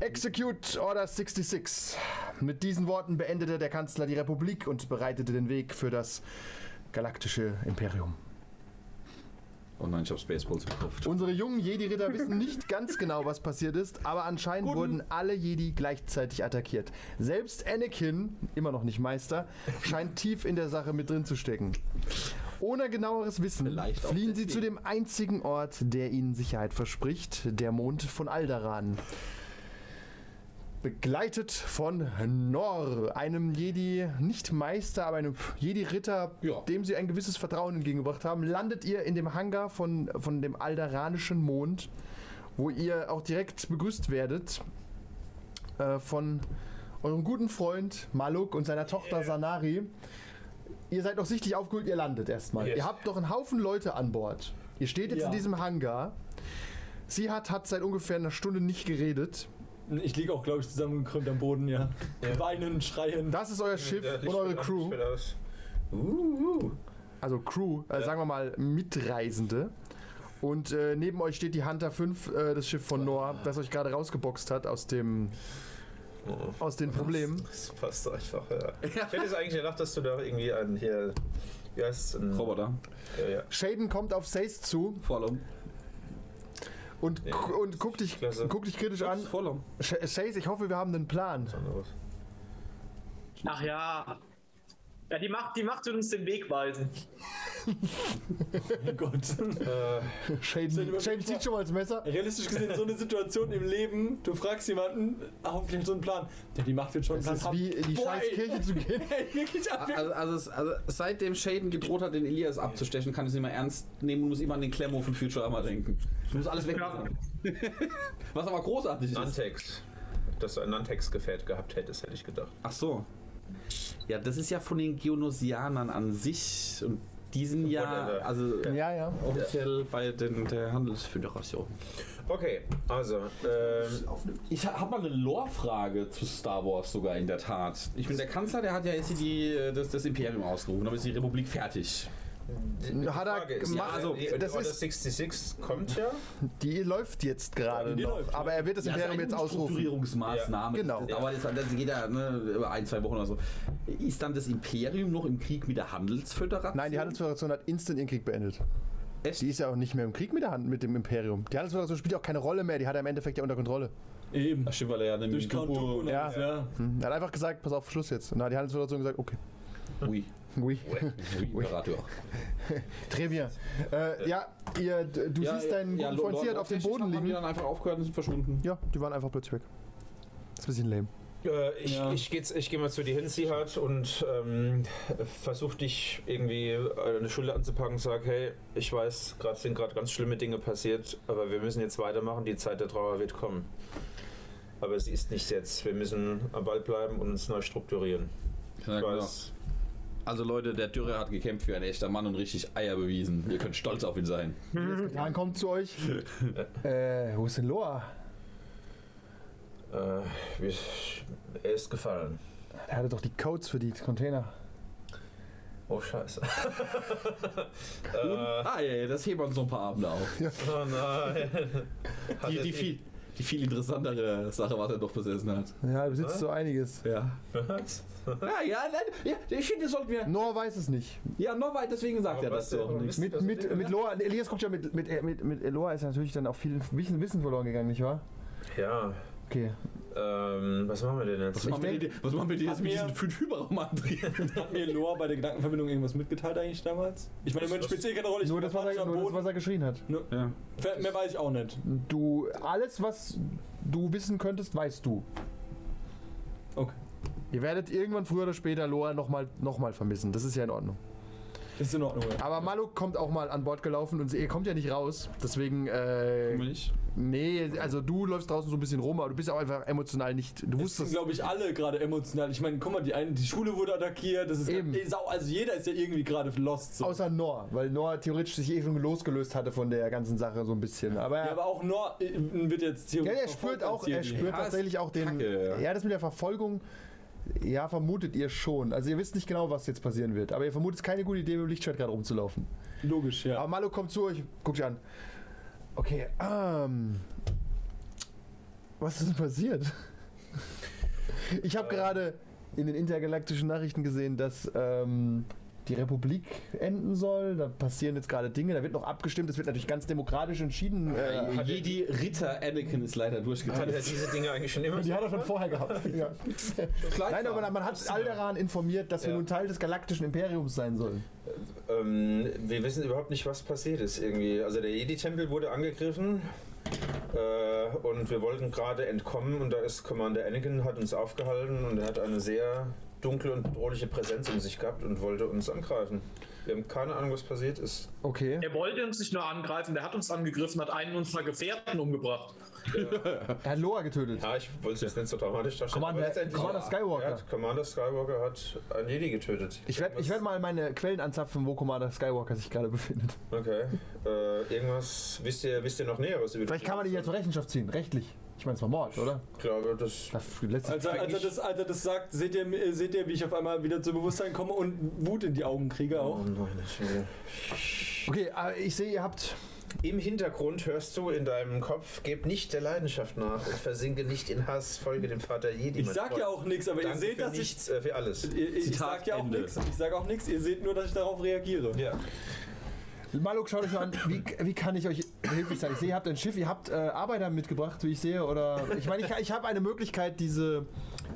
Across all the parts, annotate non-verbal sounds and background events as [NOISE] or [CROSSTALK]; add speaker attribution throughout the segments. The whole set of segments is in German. Speaker 1: Execute Order 66. Mit diesen Worten beendete der Kanzler die Republik und bereitete den Weg für das galaktische Imperium.
Speaker 2: Oh nein, ich habe Spaceballs gekauft.
Speaker 1: Unsere jungen Jedi-Ritter wissen nicht ganz genau, was passiert ist, aber anscheinend wurden alle Jedi gleichzeitig attackiert. Selbst Anakin, immer noch nicht Meister, scheint tief in der Sache mit drin zu stecken. Ohne genaueres Wissen
Speaker 2: Vielleicht auch
Speaker 1: fliehen sie
Speaker 2: deswegen.
Speaker 1: zu dem einzigen Ort, der ihnen Sicherheit verspricht, der Mond von Aldaran. Begleitet von Nor, einem Jedi, nicht Meister, aber einem Jedi-Ritter,
Speaker 2: Ja.
Speaker 1: dem sie ein gewisses Vertrauen entgegengebracht haben, landet ihr in dem Hangar von, von dem alderanischen Mond, wo ihr auch direkt begrüßt werdet äh, von eurem guten Freund Maluk und seiner Tochter Sanari. Ihr seid auch sichtlich aufgeholt, ihr landet erstmal.
Speaker 3: Yes.
Speaker 1: Ihr habt doch einen Haufen Leute an Bord. Ihr steht jetzt
Speaker 3: Ja.
Speaker 1: in diesem Hangar. Sie hat, hat seit ungefähr einer Stunde nicht geredet.
Speaker 3: Ich liege auch, glaube ich, zusammengekrümmt am Boden, ja. Weinen, schreien.
Speaker 1: Das ist euer Schiff
Speaker 4: Ja, ich
Speaker 1: und eure
Speaker 4: bin auch- ich
Speaker 1: Crew.
Speaker 4: bin aus. Uh, uh.
Speaker 1: Also Crew, äh, sagen wir mal Mitreisende. Und äh, neben euch steht die Hunter 5, äh, das Schiff von Noah, das euch gerade rausgeboxt hat aus dem
Speaker 3: Oh.
Speaker 1: aus den Problemen.
Speaker 4: Das passt einfach, ja. Ich hätte jetzt eigentlich gedacht, dass du da irgendwie an hier. Wie heißt ein
Speaker 2: Roboter.
Speaker 4: Ja, ja.
Speaker 1: Shaden kommt auf Sace zu
Speaker 2: Vollum.
Speaker 1: und,
Speaker 4: Ja,
Speaker 1: gu- und guckt, dich,
Speaker 4: klasse.
Speaker 1: guckt dich kritisch an.
Speaker 2: Vollum.
Speaker 1: Sh- Sace, ich hoffe, wir haben einen Plan.
Speaker 4: Anderes.
Speaker 5: Ach ja. Ja, die Macht, die Macht wird uns den Weg weisen.
Speaker 3: Oh Gott.
Speaker 4: Äh,
Speaker 1: Shaden, Shaden zieht schon mal das Messer.
Speaker 3: Realistisch gesehen, so eine Situation im Leben, du fragst jemanden, ah, hoffentlich hat so einen Plan. Ja, die macht jetzt schon einen
Speaker 1: Es
Speaker 3: Plan.
Speaker 1: ist
Speaker 3: haben.
Speaker 1: wie in die
Speaker 3: Boah,
Speaker 1: scheiß
Speaker 3: ey.
Speaker 1: Kirche Ah, zu gehen.
Speaker 3: Ey, wirklich, ab-
Speaker 2: Also, also, es- also seitdem Shaden gedroht hat, den Elias abzustechen, kann ich es nicht mehr ernst nehmen und muss immer an den Clemo von Futurama denken. Ich muss alles wegmachen. [LAUGHS] Was aber großartig ist.
Speaker 4: Nantex. Dass du ein Nantex-Gefährt gehabt hättest, hätte ich gedacht.
Speaker 2: Ach so. Ja, das ist ja von den Geonosianern an sich und diesen Jahr,
Speaker 4: Whatever.
Speaker 2: also
Speaker 1: Ja, ja.
Speaker 2: offiziell bei den, der Handelsföderation.
Speaker 4: Okay, also. Ähm,
Speaker 2: Ich habe mal eine Lore-Frage zu Star Wars sogar in der Tat. Ich bin der Kanzler, der hat ja jetzt hier die, äh, das, das Imperium ausgerufen, aber ist die Republik fertig.
Speaker 4: die
Speaker 1: Hat er
Speaker 4: Frage ist,
Speaker 1: gemacht,
Speaker 4: ja,
Speaker 1: also,
Speaker 4: die
Speaker 1: das
Speaker 4: Order
Speaker 1: ist-
Speaker 4: 66 kommt ja.
Speaker 1: Die läuft jetzt gerade
Speaker 3: Die
Speaker 1: noch.
Speaker 3: läuft, ja.
Speaker 1: aber er wird das Imperium jetzt ausrufen.
Speaker 2: Strukturierungsmaßnahme.
Speaker 1: Ja, genau.
Speaker 2: Das dauert jetzt, das geht ja ne, über ein, zwei Wochen oder so. Ist dann das Imperium noch im Krieg mit der Handelsföderation?
Speaker 1: Nein, die Handelsföderation hat instant ihren Krieg beendet.
Speaker 2: Echt?
Speaker 1: Die ist ja auch nicht mehr im Krieg mit der Hand mit dem Imperium. Die Handelsföderation spielt ja auch keine Rolle mehr, die hat er im Endeffekt ja unter Kontrolle.
Speaker 3: Eben.
Speaker 2: Ach, stimmt, weil er ja nämlich
Speaker 3: Durch Count Dooku und
Speaker 1: Ja.
Speaker 3: alles, ja.
Speaker 1: Hm, Er hat einfach gesagt, pass auf, Schluss jetzt. Und dann hat die Handelsföderation gesagt, okay.
Speaker 2: Ui,
Speaker 1: Oui.
Speaker 2: Ui, Imperator.
Speaker 1: Très bien. Äh, ja, ihr, du siehst deinen guten Freund Siad auf dem Boden
Speaker 2: Die
Speaker 1: liegen.
Speaker 2: dann einfach aufgehört und sind verschwunden.
Speaker 1: Ja, die waren einfach plötzlich weg. Das ist ein bisschen lame.
Speaker 4: Äh, ich
Speaker 3: Ja.
Speaker 4: ich, geht's- ich gehe mal zu dir hin, Sihat, und ähm, versuche dich irgendwie eine Schulter anzupacken und sage, hey, ich weiß, gerade sind gerade ganz schlimme Dinge passiert, aber wir müssen jetzt weitermachen, die Zeit der Trauer wird kommen. Aber es ist nicht jetzt. Wir müssen am Ball bleiben und uns neu strukturieren.
Speaker 2: Ja,
Speaker 4: Ich
Speaker 2: genau.
Speaker 4: weiß,
Speaker 2: Also Leute, der Dürre hat gekämpft wie ein echter Mann und richtig Eier bewiesen. Ihr könnt stolz auf ihn sein.
Speaker 1: Mhm. Dann kommt zu [LAUGHS] euch. äh, wo ist denn Loa?
Speaker 4: äh, wir, er ist gefallen.
Speaker 1: Der hatte doch die Codes für die Container.
Speaker 4: Oh Scheiße. [LAUGHS] äh,
Speaker 2: Ah ja, ja, das heben wir uns noch ein paar Abende auf.
Speaker 4: oh nein. Hat
Speaker 2: Die,
Speaker 4: er
Speaker 2: die, viel, die viel interessantere Sache, was er doch besessen hat.
Speaker 1: Ja, du besitzt so einiges.
Speaker 2: Ja.
Speaker 4: Was?
Speaker 2: Ja, ja, nein, ja, ich finde, das sollten wir.
Speaker 1: Noah weiß es nicht.
Speaker 2: Ja, noch weit, deswegen sagt
Speaker 4: Aber
Speaker 2: er das
Speaker 4: was der-
Speaker 2: so.
Speaker 4: Wisst ihr
Speaker 1: Mit,
Speaker 3: Also
Speaker 4: das
Speaker 1: mit,
Speaker 4: nicht?
Speaker 1: mit Loa, Elias guckt ja mit, mit, mit, mit Loa ist natürlich dann auch viel Wissen, Wissen verloren gegangen, nicht wahr?
Speaker 4: Ja.
Speaker 1: Okay.
Speaker 4: Ähm, was machen wir denn jetzt?
Speaker 2: Was machen, wir
Speaker 1: denk-
Speaker 2: die, was machen wir denn jetzt
Speaker 3: Hat
Speaker 2: mit
Speaker 3: mir-
Speaker 2: diesen fünf Hyperraumantrieben?
Speaker 3: Hat mir Lore bei der Gedankenverbindung irgendwas mitgeteilt eigentlich damals? Ich meine, man
Speaker 4: Das-
Speaker 3: spielt eh keine Rolle. Ich
Speaker 1: Nur,
Speaker 3: bin
Speaker 1: das, was
Speaker 3: einfach
Speaker 1: er,
Speaker 3: am
Speaker 1: nur das,
Speaker 3: Boden.
Speaker 1: was er geschrien hat.
Speaker 2: Ja.
Speaker 3: Fe- Mehr weiß ich auch nicht.
Speaker 1: Du, alles, was du wissen könntest, weißt du.
Speaker 3: Okay.
Speaker 1: Ihr werdet irgendwann früher oder später Loa nochmal noch mal vermissen. Das ist ja in Ordnung.
Speaker 3: Das ist in Ordnung, ja.
Speaker 1: Aber Maluk kommt auch mal an Bord gelaufen und sie- ihr kommt ja nicht raus. Deswegen, äh,
Speaker 2: Nicht.
Speaker 1: nee, also du läufst draußen so ein bisschen rum, aber du bist auch einfach emotional nicht. Du
Speaker 3: Das sind,
Speaker 1: wusstest,
Speaker 3: glaube ich, alle gerade emotional. Ich meine, guck mal, die, eine, die Schule wurde attackiert. Das ist
Speaker 1: Eben.
Speaker 3: Eh, sau, also jeder ist ja irgendwie gerade lost. So.
Speaker 1: außer Nor, weil Nor theoretisch sich eh schon losgelöst hatte von der ganzen Sache so ein bisschen. Aber
Speaker 3: ja, aber auch Nor äh, wird jetzt
Speaker 1: Ja,
Speaker 3: theoretisch.
Speaker 1: der spürt
Speaker 3: verfolgt
Speaker 1: auch,
Speaker 3: als
Speaker 1: er
Speaker 3: Jedi.
Speaker 1: spürt
Speaker 2: Ja,
Speaker 1: tatsächlich auch den.
Speaker 2: Kacke, ja.
Speaker 1: ja, das mit der Verfolgung, ja, vermutet ihr schon. Also ihr wisst nicht genau, was jetzt passieren wird, aber ihr vermutet es ist keine gute Idee, mit dem Lichtschwert gerade rumzulaufen.
Speaker 3: Logisch, ja.
Speaker 1: Aber Malo kommt zu euch, guckt euch an. Okay, ähm. Was ist denn passiert? [LAUGHS] Ich habe gerade in den intergalaktischen Nachrichten gesehen, dass ähm, die Republik enden soll. Da passieren jetzt gerade Dinge. Da wird noch abgestimmt. Das wird natürlich ganz demokratisch entschieden. Äh,
Speaker 2: Äh, Jedi Ritter Anakin ist leider
Speaker 4: Hat er
Speaker 2: durchgetan.
Speaker 4: diese Dinge eigentlich schon immer?
Speaker 1: die hat er schon vorher gehabt. [LAUGHS] Ja. Nein, aber man hat Alderan informiert, dass wir
Speaker 4: Ja.
Speaker 1: nun Teil des galaktischen Imperiums sein sollen.
Speaker 4: Ähm, wir wissen überhaupt nicht, was passiert ist irgendwie. Also der Jedi-Tempel wurde angegriffen äh, und wir wollten gerade entkommen und da ist Commander Anakin, hat uns aufgehalten und er hat eine sehr dunkle und bedrohliche Präsenz um sich gehabt und wollte uns angreifen. Wir haben keine Ahnung, was passiert ist.
Speaker 1: Okay.
Speaker 5: Er wollte uns nicht nur angreifen, der hat uns angegriffen, hat einen unserer Gefährten umgebracht. [CLEARS THROAT]
Speaker 1: Er hat Loa getötet.
Speaker 4: Ja, ich wollte es jetzt nicht so dramatisch darstellen.
Speaker 1: Commander-
Speaker 4: aber letztendlich-
Speaker 1: Commander Skywalker.
Speaker 4: Er Hat, Commander Skywalker hat einen Jedi getötet.
Speaker 1: Ich werde ich werd mal meine Quellen anzapfen, wo Commander Skywalker sich gerade befindet.
Speaker 4: Okay. Äh, irgendwas wisst ihr, wisst ihr noch Näheres über die
Speaker 1: Vielleicht kann man ihn ja zur Rechenschaft ziehen, rechtlich. Ich meine, es war Mord, oder?
Speaker 4: Ich glaube, das
Speaker 1: Das letzte
Speaker 3: Als er, als, er das, als er das sagt, seht ihr, äh, seht ihr, wie ich auf einmal wieder zu Bewusstsein komme und Wut in die Augen kriege auch.
Speaker 4: Oh nein, das ist wieder-
Speaker 1: Okay, aber ich sehe, ihr habt.
Speaker 4: Im Hintergrund hörst du in deinem Kopf, geb nicht der Leidenschaft nach und versinke nicht in Hass, folge dem Vater Jedi.
Speaker 3: Ich
Speaker 4: mein
Speaker 3: sag
Speaker 4: Freund.
Speaker 3: ja auch nichts, aber ihr
Speaker 4: Danke
Speaker 3: seht,
Speaker 4: für
Speaker 3: dass ich.
Speaker 4: nichts, äh, für alles.
Speaker 3: Ich, ich
Speaker 2: Zitat
Speaker 3: sag ja auch
Speaker 2: Ende.
Speaker 3: nichts. Ich sag auch nichts. Ihr seht nur, dass ich darauf reagiere.
Speaker 4: Ja.
Speaker 1: Maluk, schaut euch mal an, wie, wie kann ich euch behilflich sein? Ich sehe, ihr habt ein Schiff, ihr habt äh, Arbeiter mitgebracht, wie ich sehe, oder. Ich meine, ich, ich habe eine Möglichkeit, diese.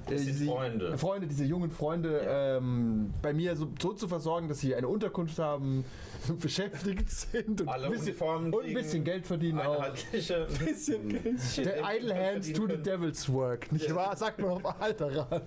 Speaker 1: äh,
Speaker 4: Das sind
Speaker 1: diese-
Speaker 3: [LAUGHS]
Speaker 4: Freunde.
Speaker 1: Freunde, diese jungen Freunde ähm, bei mir so, so zu versorgen, dass sie eine Unterkunft haben, [LAUGHS] beschäftigt sind und,
Speaker 4: Alle
Speaker 1: ein, bisschen,
Speaker 4: Uniformen
Speaker 1: und ein
Speaker 4: kriegen,
Speaker 1: bisschen Geld verdienen
Speaker 3: Genau.
Speaker 1: auch.
Speaker 4: Einheitliche.
Speaker 3: [LAUGHS]
Speaker 4: Mhm.
Speaker 3: Bisschen.
Speaker 1: The idle hands do the
Speaker 4: können.
Speaker 1: devil's work, nicht wahr? Sagt man auf Alderan.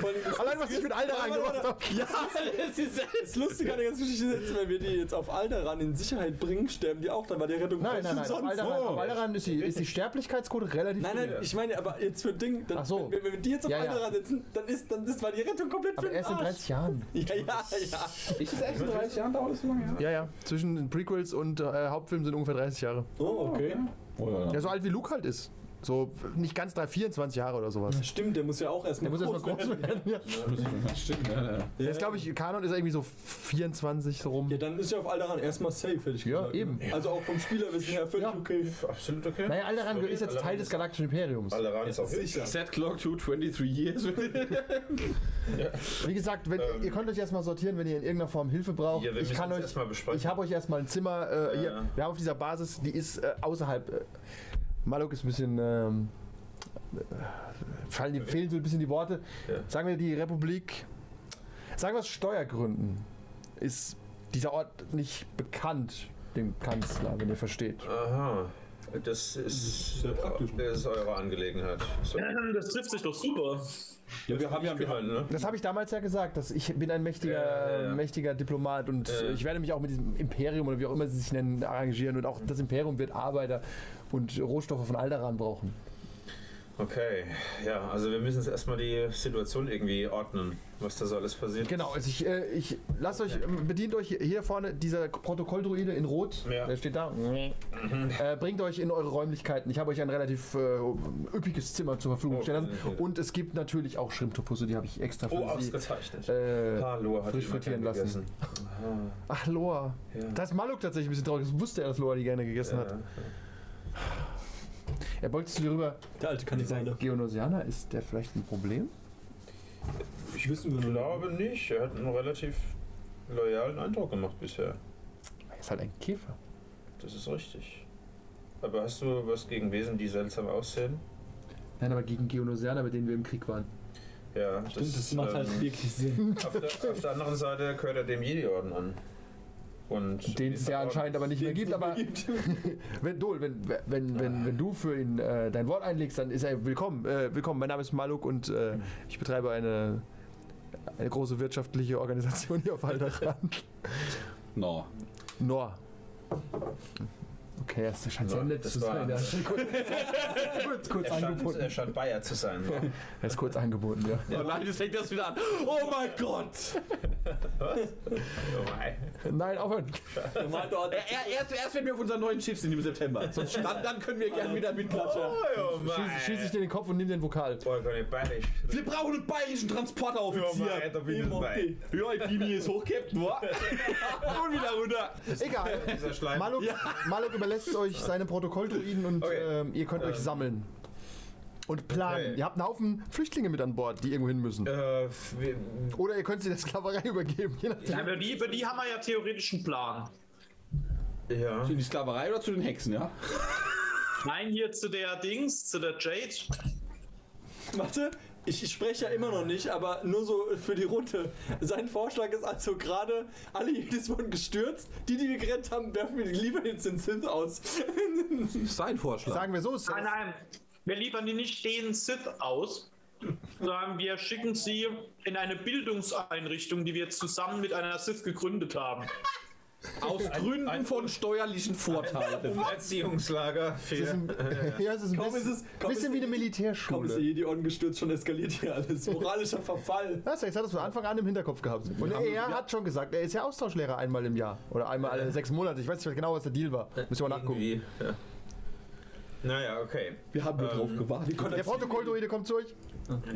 Speaker 3: Vor allem, das-
Speaker 1: Allein was ich mit Alderan
Speaker 3: Warte, warte,
Speaker 1: gemacht habe. Ja.
Speaker 3: Das ist das Lustige an der ganzen Geschichte ist, wenn wir die jetzt auf Alderan in Sicherheit bringen, sterben die auch dann bei der Rettung.
Speaker 1: Nein, nein, nein. Auf
Speaker 3: Sonst
Speaker 1: Alderan,
Speaker 3: wo?
Speaker 1: auf Alderan ist, die, ist die Sterblichkeitsquote relativ
Speaker 3: Nein, nein, ich meine, aber jetzt für Ding, dann,
Speaker 1: Ach so.
Speaker 3: wenn, wenn wir die jetzt auf
Speaker 1: Ja, ja.
Speaker 3: Alderan sitzen, dann ist, dann ist war die Rettung komplett
Speaker 1: Aber
Speaker 3: für
Speaker 1: erst in
Speaker 3: den
Speaker 1: 30 Jahren.
Speaker 3: Ja, ja, ja.
Speaker 2: Ich ist echt in 30 Jahren dauert es so lange, ja.
Speaker 1: Ja, ja. Zwischen den Prequels und äh, Hauptfilm sind ungefähr 30 Jahre.
Speaker 3: Oh, okay.
Speaker 1: Ja, so alt wie Luke halt ist. So nicht ganz drei, 24 Jahre oder sowas.
Speaker 3: Stimmt, der muss ja auch
Speaker 1: Der
Speaker 3: erstmal
Speaker 1: muss erstmal groß werden. [LAUGHS] Ja.
Speaker 2: Stimmt, ja, ja.
Speaker 1: Der ist, glaube ich, Kanon ist irgendwie so 24 so rum.
Speaker 3: Ja, dann ist ja auf Alderan erstmal safe, hätte ich
Speaker 1: Ja,
Speaker 3: gesagt.
Speaker 1: eben.
Speaker 3: Also auch vom Spielerwissen her völlig
Speaker 1: Ja.
Speaker 3: okay.
Speaker 4: Absolut okay.
Speaker 1: Naja, Alderan ist jetzt Teil des galaktischen Imperiums.
Speaker 4: Alderan ist auch
Speaker 3: Sicher.
Speaker 2: Set Clock to 23 Years. [LAUGHS]
Speaker 1: Wie gesagt, wenn,
Speaker 4: Ähm.
Speaker 1: ihr könnt euch erstmal sortieren, wenn ihr in irgendeiner Form Hilfe braucht.
Speaker 4: Ja, wir
Speaker 1: ich
Speaker 4: müssen
Speaker 1: kann
Speaker 4: uns
Speaker 1: euch,
Speaker 4: erstmal besprechen.
Speaker 1: ich habe euch erstmal ein Zimmer. Äh,
Speaker 4: Ja.
Speaker 1: hier, wir haben auf dieser Basis, die ist äh, außerhalb. Äh, Maluk ist ein bisschen. Ähm, äh, fallen, die- fehlen so ein bisschen die Worte.
Speaker 4: Ja.
Speaker 1: Sagen wir die Republik. Sagen wir aus Steuergründen ist dieser Ort nicht bekannt dem Kanzler, wenn ihr versteht.
Speaker 4: Aha. Das ist,
Speaker 3: Sehr praktisch.
Speaker 4: das ist eure Angelegenheit. So.
Speaker 5: Das trifft sich doch super.
Speaker 3: Ja, wir haben ja
Speaker 4: Kümmern, ne?
Speaker 1: Das habe ich damals ja gesagt, dass ich bin ein mächtiger,
Speaker 4: Ja, ja, ja.
Speaker 1: mächtiger Diplomat und
Speaker 4: Ja.
Speaker 1: äh, ich werde mich auch mit diesem Imperium oder wie auch immer sie sich nennen arrangieren und auch das Imperium wird Arbeiter und Rohstoffe von Alderan brauchen.
Speaker 4: Okay, ja, also wir müssen jetzt erstmal die Situation irgendwie ordnen, was da so alles passiert.
Speaker 1: Genau, also ich, äh, ich lasst euch, ähm, bedient euch hier vorne dieser Protokolldruide in Rot,
Speaker 4: Ja. Mhm.
Speaker 1: der steht da. Äh, bringt euch in eure Räumlichkeiten. Ich habe euch ein relativ äh, üppiges Zimmer zur Verfügung
Speaker 4: Oh,
Speaker 1: gestellt lassen.
Speaker 4: okay.
Speaker 1: Und es gibt natürlich auch Schrimptopusse, die habe ich extra für
Speaker 4: Oh,
Speaker 1: sie.
Speaker 4: ausgezeichnet.
Speaker 1: Äh,
Speaker 4: Hallo, hat
Speaker 1: frisch
Speaker 4: jemand
Speaker 1: frittieren
Speaker 4: gern
Speaker 1: lassen.
Speaker 4: gegessen. Aha,
Speaker 1: ach, Loa.
Speaker 4: ja.
Speaker 1: Da ist Maluk tatsächlich ein bisschen traurig. Das wusste er, dass Loa die gerne gegessen hat.
Speaker 4: Ja.
Speaker 1: Er beugt sich zu dir rüber.
Speaker 3: Der alte
Speaker 1: Dieser
Speaker 3: Kannibale.
Speaker 1: Geonosianer, ist der vielleicht ein Problem?
Speaker 3: Ich wissen
Speaker 4: Ich
Speaker 3: wir
Speaker 4: glaube nicht, er hat einen relativ loyalen Eindruck gemacht bisher.
Speaker 1: Er ist halt ein Käfer.
Speaker 4: Das ist richtig. Aber hast du was gegen Wesen, die seltsam aussehen?
Speaker 1: Nein, aber gegen Geonosianer, mit denen wir im Krieg waren.
Speaker 4: Ja,
Speaker 3: Stimmt, das macht halt
Speaker 4: ähm,
Speaker 3: wirklich
Speaker 1: [LAUGHS]
Speaker 3: Sinn.
Speaker 4: auf, der, auf der anderen Seite gehört er dem Jedi-Orden an. Und
Speaker 1: Den es ja anscheinend aber nicht mehr gibt, aber [LAUGHS] wenn, Dol, wenn, wenn, wenn, wenn du für ihn äh, dein Wort einlegst, dann ist er willkommen. Äh, willkommen, mein Name ist Maluk und äh, ich betreibe eine Eine große wirtschaftliche Organisation hier auf Alderrand.
Speaker 2: No.
Speaker 1: Nor. Okay, das scheint sehr nett
Speaker 4: das
Speaker 1: zu sein.
Speaker 4: war-
Speaker 1: Ja, das ist kurz, kurz, kurz angeboten.
Speaker 4: Er scheint Bayer zu sein. ne?
Speaker 1: [LAUGHS] Er ist kurz angeboten, ja.
Speaker 2: Oh nein, jetzt fängt das wieder an. Oh mein Gott!
Speaker 4: Oh
Speaker 1: Nein, aufhören.
Speaker 3: Normal dort.
Speaker 2: Er, er, erst, erst wenn wir auf unseren neuen Schiff sind im [LAUGHS] September. Sonst, dann, dann können wir gerne wieder mitklatschen.
Speaker 4: Oh,
Speaker 1: Schieß, schieß ich dir den Kopf und nimm den Vokal.
Speaker 4: Boah, kann ich bayerisch.
Speaker 2: Wir brauchen einen bayerischen
Speaker 4: Oh,
Speaker 2: Transporteroffizier.
Speaker 4: mein, da bin ich dabei.
Speaker 2: Ja, ich bin jetzt hoch, Captain, wa? Und wieder runter.
Speaker 1: Egal.
Speaker 4: Dieser Schleim.
Speaker 1: Maluk, Maluk überlässt euch seine Protokolldruiden und
Speaker 4: Okay.
Speaker 1: ähm, ihr könnt euch sammeln. Und planen.
Speaker 4: Okay.
Speaker 1: Ihr habt einen Haufen Flüchtlinge mit an Bord, die irgendwo hin müssen.
Speaker 4: Äh, f- wir-
Speaker 1: Oder ihr könnt sie der Sklaverei [LAUGHS] übergeben, je nachdem.
Speaker 5: Ja, über, die, über die haben wir ja theoretisch einen Plan.
Speaker 4: ja.
Speaker 2: In die Sklaverei oder zu den Hexen, ja?
Speaker 5: Nein, hier zu der Dings, zu der Jade.
Speaker 3: Warte, ich ich spreche ja immer noch nicht, aber nur so für die Runde. Sein Vorschlag ist also gerade, alle Units wurden gestürzt. Die, die wir gerettet haben, werfen wir lieber jetzt den Synth aus.
Speaker 2: Sein Vorschlag.
Speaker 1: Sagen wir so, es
Speaker 5: Nein, nein. Wir liefern die nicht den Sith aus, sondern wir schicken sie in eine Bildungseinrichtung, die wir zusammen mit einer Sith gegründet haben.
Speaker 2: Aus Gründen von steuerlichen Vorteilen.
Speaker 4: Im Erziehungslager
Speaker 1: ist
Speaker 4: für.
Speaker 1: ein, [LAUGHS] ja, es ist ein
Speaker 3: Kaum
Speaker 1: bisschen,
Speaker 3: ist es-
Speaker 1: bisschen wie eine
Speaker 3: kaum ist- Komm, ist der
Speaker 1: Militärschule.
Speaker 3: Jedi on gestürzt, schon eskaliert hier alles. Moralischer Verfall.
Speaker 1: Das heißt, hat es von Anfang an im Hinterkopf gehabt. Und er hat schon gesagt, er ist ja Austauschlehrer einmal im Jahr. Oder einmal alle sechs Monate. Ich weiß nicht genau, was der Deal
Speaker 3: Äh,
Speaker 1: war. Müssen wir mal nachgucken.
Speaker 4: Irgendwie, ja. Naja, okay.
Speaker 2: Wir haben nur
Speaker 3: Ähm,
Speaker 2: drauf gewartet.
Speaker 1: Der Protokolldruide kommt zu euch.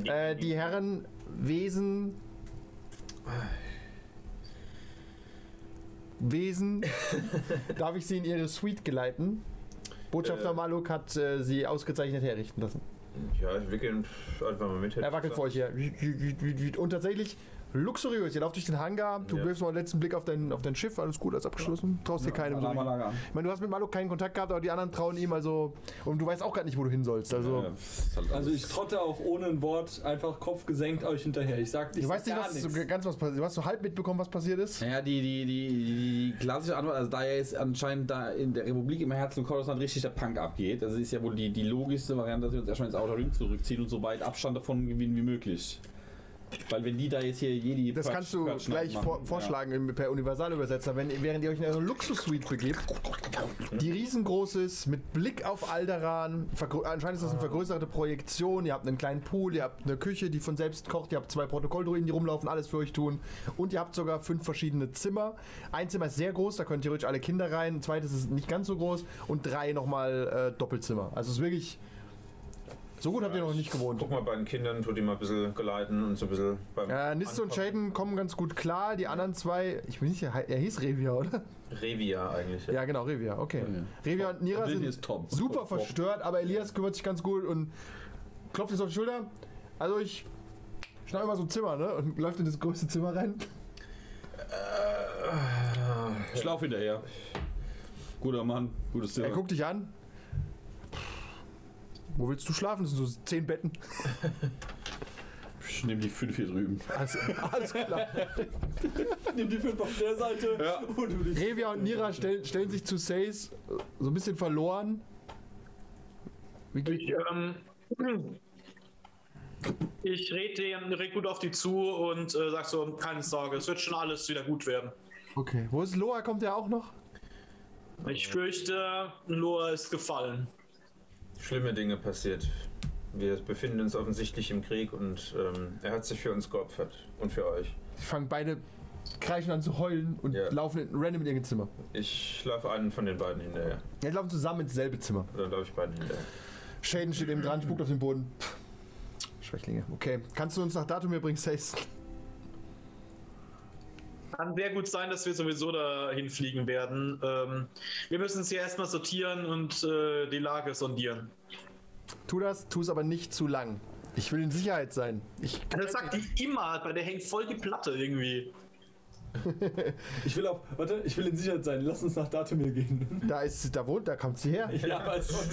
Speaker 1: Äh, die Herren Wesen.
Speaker 4: [LAUGHS]
Speaker 1: Wesen. Darf ich sie in ihre Suite geleiten? Botschafter
Speaker 4: Äh.
Speaker 1: Maluk hat äh, sie ausgezeichnet herrichten lassen.
Speaker 4: Ja, wir gehen einfach mal mit. hätte
Speaker 1: Er
Speaker 4: ich
Speaker 1: wackelt
Speaker 4: gesagt.
Speaker 1: vor euch her. Und tatsächlich luxuriös. Ihr lauft durch den Hangar. Du
Speaker 4: Ja.
Speaker 1: wirfst noch einen letzten Blick auf dein, auf dein Schiff. Alles gut, alles abgeschlossen. Traust dir keinem so. Ich meine, du hast mit Maluk keinen Kontakt gehabt, aber die anderen trauen ihm. Also und du weißt auch gar nicht, wo du hin sollst. Also
Speaker 3: Also ich trotte auch ohne ein Wort einfach Kopf gesenkt euch hinterher. Ich sag
Speaker 1: du
Speaker 3: ich sag
Speaker 1: weißt nicht,
Speaker 3: gar
Speaker 1: was
Speaker 3: nichts.
Speaker 1: so ganz was passiert. Du hast so halb mitbekommen, was passiert ist.
Speaker 2: Naja, die, die, die, die, die klassische Antwort, also da ja jetzt anscheinend da in der Republik im Herzen und Kordosland richtig der Punk abgeht, also ist ja wohl die, die logischste Variante, dass wir uns erstmal ins Outer Rim zurückziehen und so weit Abstand davon gewinnen wie möglich. Weil wenn die da jetzt hier jedi
Speaker 1: Das
Speaker 2: Quatsch-
Speaker 1: kannst du
Speaker 2: Quatsch
Speaker 1: gleich
Speaker 2: machen,
Speaker 1: vor,
Speaker 2: ja.
Speaker 1: vorschlagen im- per Universalübersetzer, wenn, während ihr euch in eure Luxus-Suite begebt, die riesengroß ist, mit Blick auf Alderan. vergrö- Anscheinend ist das eine vergrößerte Projektion. Ihr habt einen kleinen Pool, ihr habt eine Küche, die von selbst kocht, ihr habt zwei Protokolldruiden, die rumlaufen, alles für euch tun. Und ihr habt sogar fünf verschiedene Zimmer. Ein Zimmer ist sehr groß, da könnt theoretisch alle Kinder rein. Ein zweites ist nicht ganz so groß. Und drei nochmal äh, Doppelzimmer. Also es ist wirklich. So gut habt ihr noch nicht gewohnt.
Speaker 4: Guck mal bei den Kindern, tut die mal ein bisschen geleiten und so ein bisschen beim.
Speaker 1: Äh, Niste und
Speaker 4: Ankommen.
Speaker 1: Shaden kommen ganz gut klar. Die anderen zwei, ich bin nicht, sicher, er hieß Revia, oder?
Speaker 4: Revia eigentlich.
Speaker 1: Ja, genau, Revia, okay. Revia und Nira
Speaker 2: Lin
Speaker 1: sind
Speaker 2: ist top.
Speaker 1: super
Speaker 2: Top, top.
Speaker 1: verstört, aber Elias kümmert sich ganz gut und klopft jetzt auf die Schulter. Also ich schnapp immer so ein Zimmer, ne? Und läuft in das größte Zimmer rein.
Speaker 2: Ich lauf hinterher. Guter Mann, gutes Zimmer.
Speaker 1: Er guckt dich an. Wo willst du schlafen? Das sind so zehn Betten.
Speaker 2: ich nehm die fünf hier drüben.
Speaker 1: [LAUGHS] Alles, alles klar.
Speaker 3: Nimm die fünf auf der Seite.
Speaker 2: Ja.
Speaker 3: Und du dich.
Speaker 1: Revia und Nira stellen, stellen sich zu Says äh, so ein bisschen verloren. Wie geht-
Speaker 5: Ich, ähm, ich rede dem Rekrut auf die zu und äh, sag so, keine Sorge, es wird schon alles wieder gut werden.
Speaker 1: Okay. Wo ist Loa? Kommt der auch noch?
Speaker 5: Ich fürchte, Loa ist gefallen.
Speaker 4: Schlimme Dinge passiert. Wir befinden uns offensichtlich im Krieg und ähm, er hat sich für uns geopfert und für euch.
Speaker 1: Die fangen beide kreischen an zu heulen und
Speaker 4: Ja.
Speaker 1: laufen in, random in ihr Zimmer.
Speaker 4: Ich schlafe einen von den beiden hinterher.
Speaker 1: Ja, die laufen zusammen ins selbe Zimmer.
Speaker 4: Oder laufe ich beiden hinterher?
Speaker 1: Shaden steht eben dran, spuckt auf den Boden. Pff, Schwächlinge. Okay, kannst du uns nach Datum hier bringen, Sace?
Speaker 5: Kann sehr gut sein, dass wir sowieso dahin fliegen werden. Ähm, wir müssen es hier erstmal sortieren und äh, die Lage sondieren.
Speaker 1: Tu das, tu es aber nicht zu lang. Ich will in Sicherheit sein. Ich,
Speaker 5: Das Also sagt die immer, bei der hängt voll die Platte irgendwie.
Speaker 3: Ich will auf. Warte, ich will in Sicherheit sein. Lass uns nach Datumir gehen.
Speaker 2: [LAUGHS]
Speaker 1: da ist, sie- da wohnt, da kommt sie her.
Speaker 3: Ja, aber es,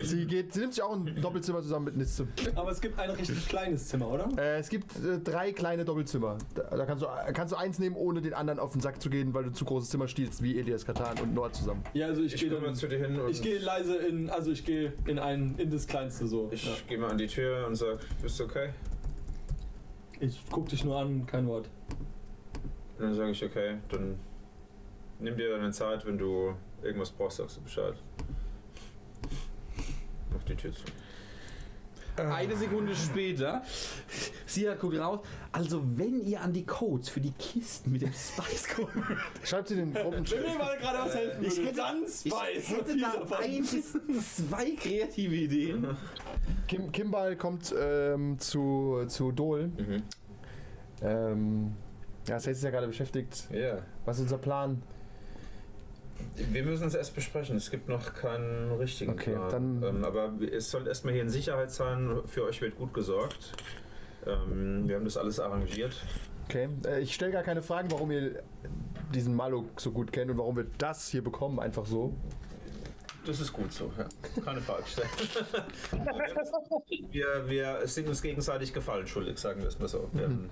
Speaker 1: Sie geht, sie nimmt sich auch ein Doppelzimmer zusammen mit Nisse.
Speaker 3: aber es gibt ein richtig kleines Zimmer, oder?
Speaker 1: Äh, es gibt äh, drei kleine Doppelzimmer. Da, da kannst du, kannst du eins nehmen, ohne den anderen auf den Sack zu gehen, weil du zu großes Zimmer stiehlst, wie Elias Katan und Nord zusammen.
Speaker 3: Ja, also ich,
Speaker 4: Ich
Speaker 3: gehe
Speaker 4: komme
Speaker 3: dann.
Speaker 4: mal zu dir hin und
Speaker 3: Ich gehe leise in. Also ich gehe in ein in das kleinste so.
Speaker 4: ich
Speaker 3: ja.
Speaker 4: gehe mal an die Tür und sag, bist du okay?
Speaker 3: Ich guck dich nur an, kein Wort.
Speaker 4: Dann sage ich, okay, dann nimm dir deine Zeit, wenn du irgendwas brauchst, sagst du Bescheid. Mach die Tür zu.
Speaker 1: Ah.
Speaker 2: Eine Sekunde später, Sia guckt raus. Also, wenn ihr an die Codes für die Kisten mit dem Spice kommt,
Speaker 1: Schreibt sie den Gruppen.
Speaker 3: Wenn mir mal gerade was helfen
Speaker 2: ich
Speaker 3: würde,
Speaker 2: hätte-
Speaker 3: dann
Speaker 2: ich
Speaker 3: Spice.
Speaker 2: hätte
Speaker 3: viel
Speaker 2: da
Speaker 3: davon.
Speaker 2: ein bis zwei kreative Ideen. [LAUGHS]
Speaker 1: Kim, Kimball kommt ähm, zu, zu Dol.
Speaker 4: Mhm.
Speaker 1: Ähm, ja, Sales ist ja gerade beschäftigt.
Speaker 4: Ja.
Speaker 1: Was ist unser Plan?
Speaker 4: Wir müssen es erst besprechen. Es gibt noch keinen richtigen
Speaker 1: Okay,
Speaker 4: Plan.
Speaker 1: dann-
Speaker 4: ähm, aber es soll erstmal hier in Sicherheit sein. Für euch wird gut gesorgt. Ähm, wir haben das alles arrangiert.
Speaker 1: Okay. Äh, ich stelle gar keine Fragen, warum ihr diesen Maluk so gut kennt und warum wir das hier bekommen, einfach so.
Speaker 4: Das ist gut so, ja. Keine Frage stellen. [LAUGHS] wir, wir sind uns gegenseitig gefallen, schuldig, sagen wir es mal so. Wir haben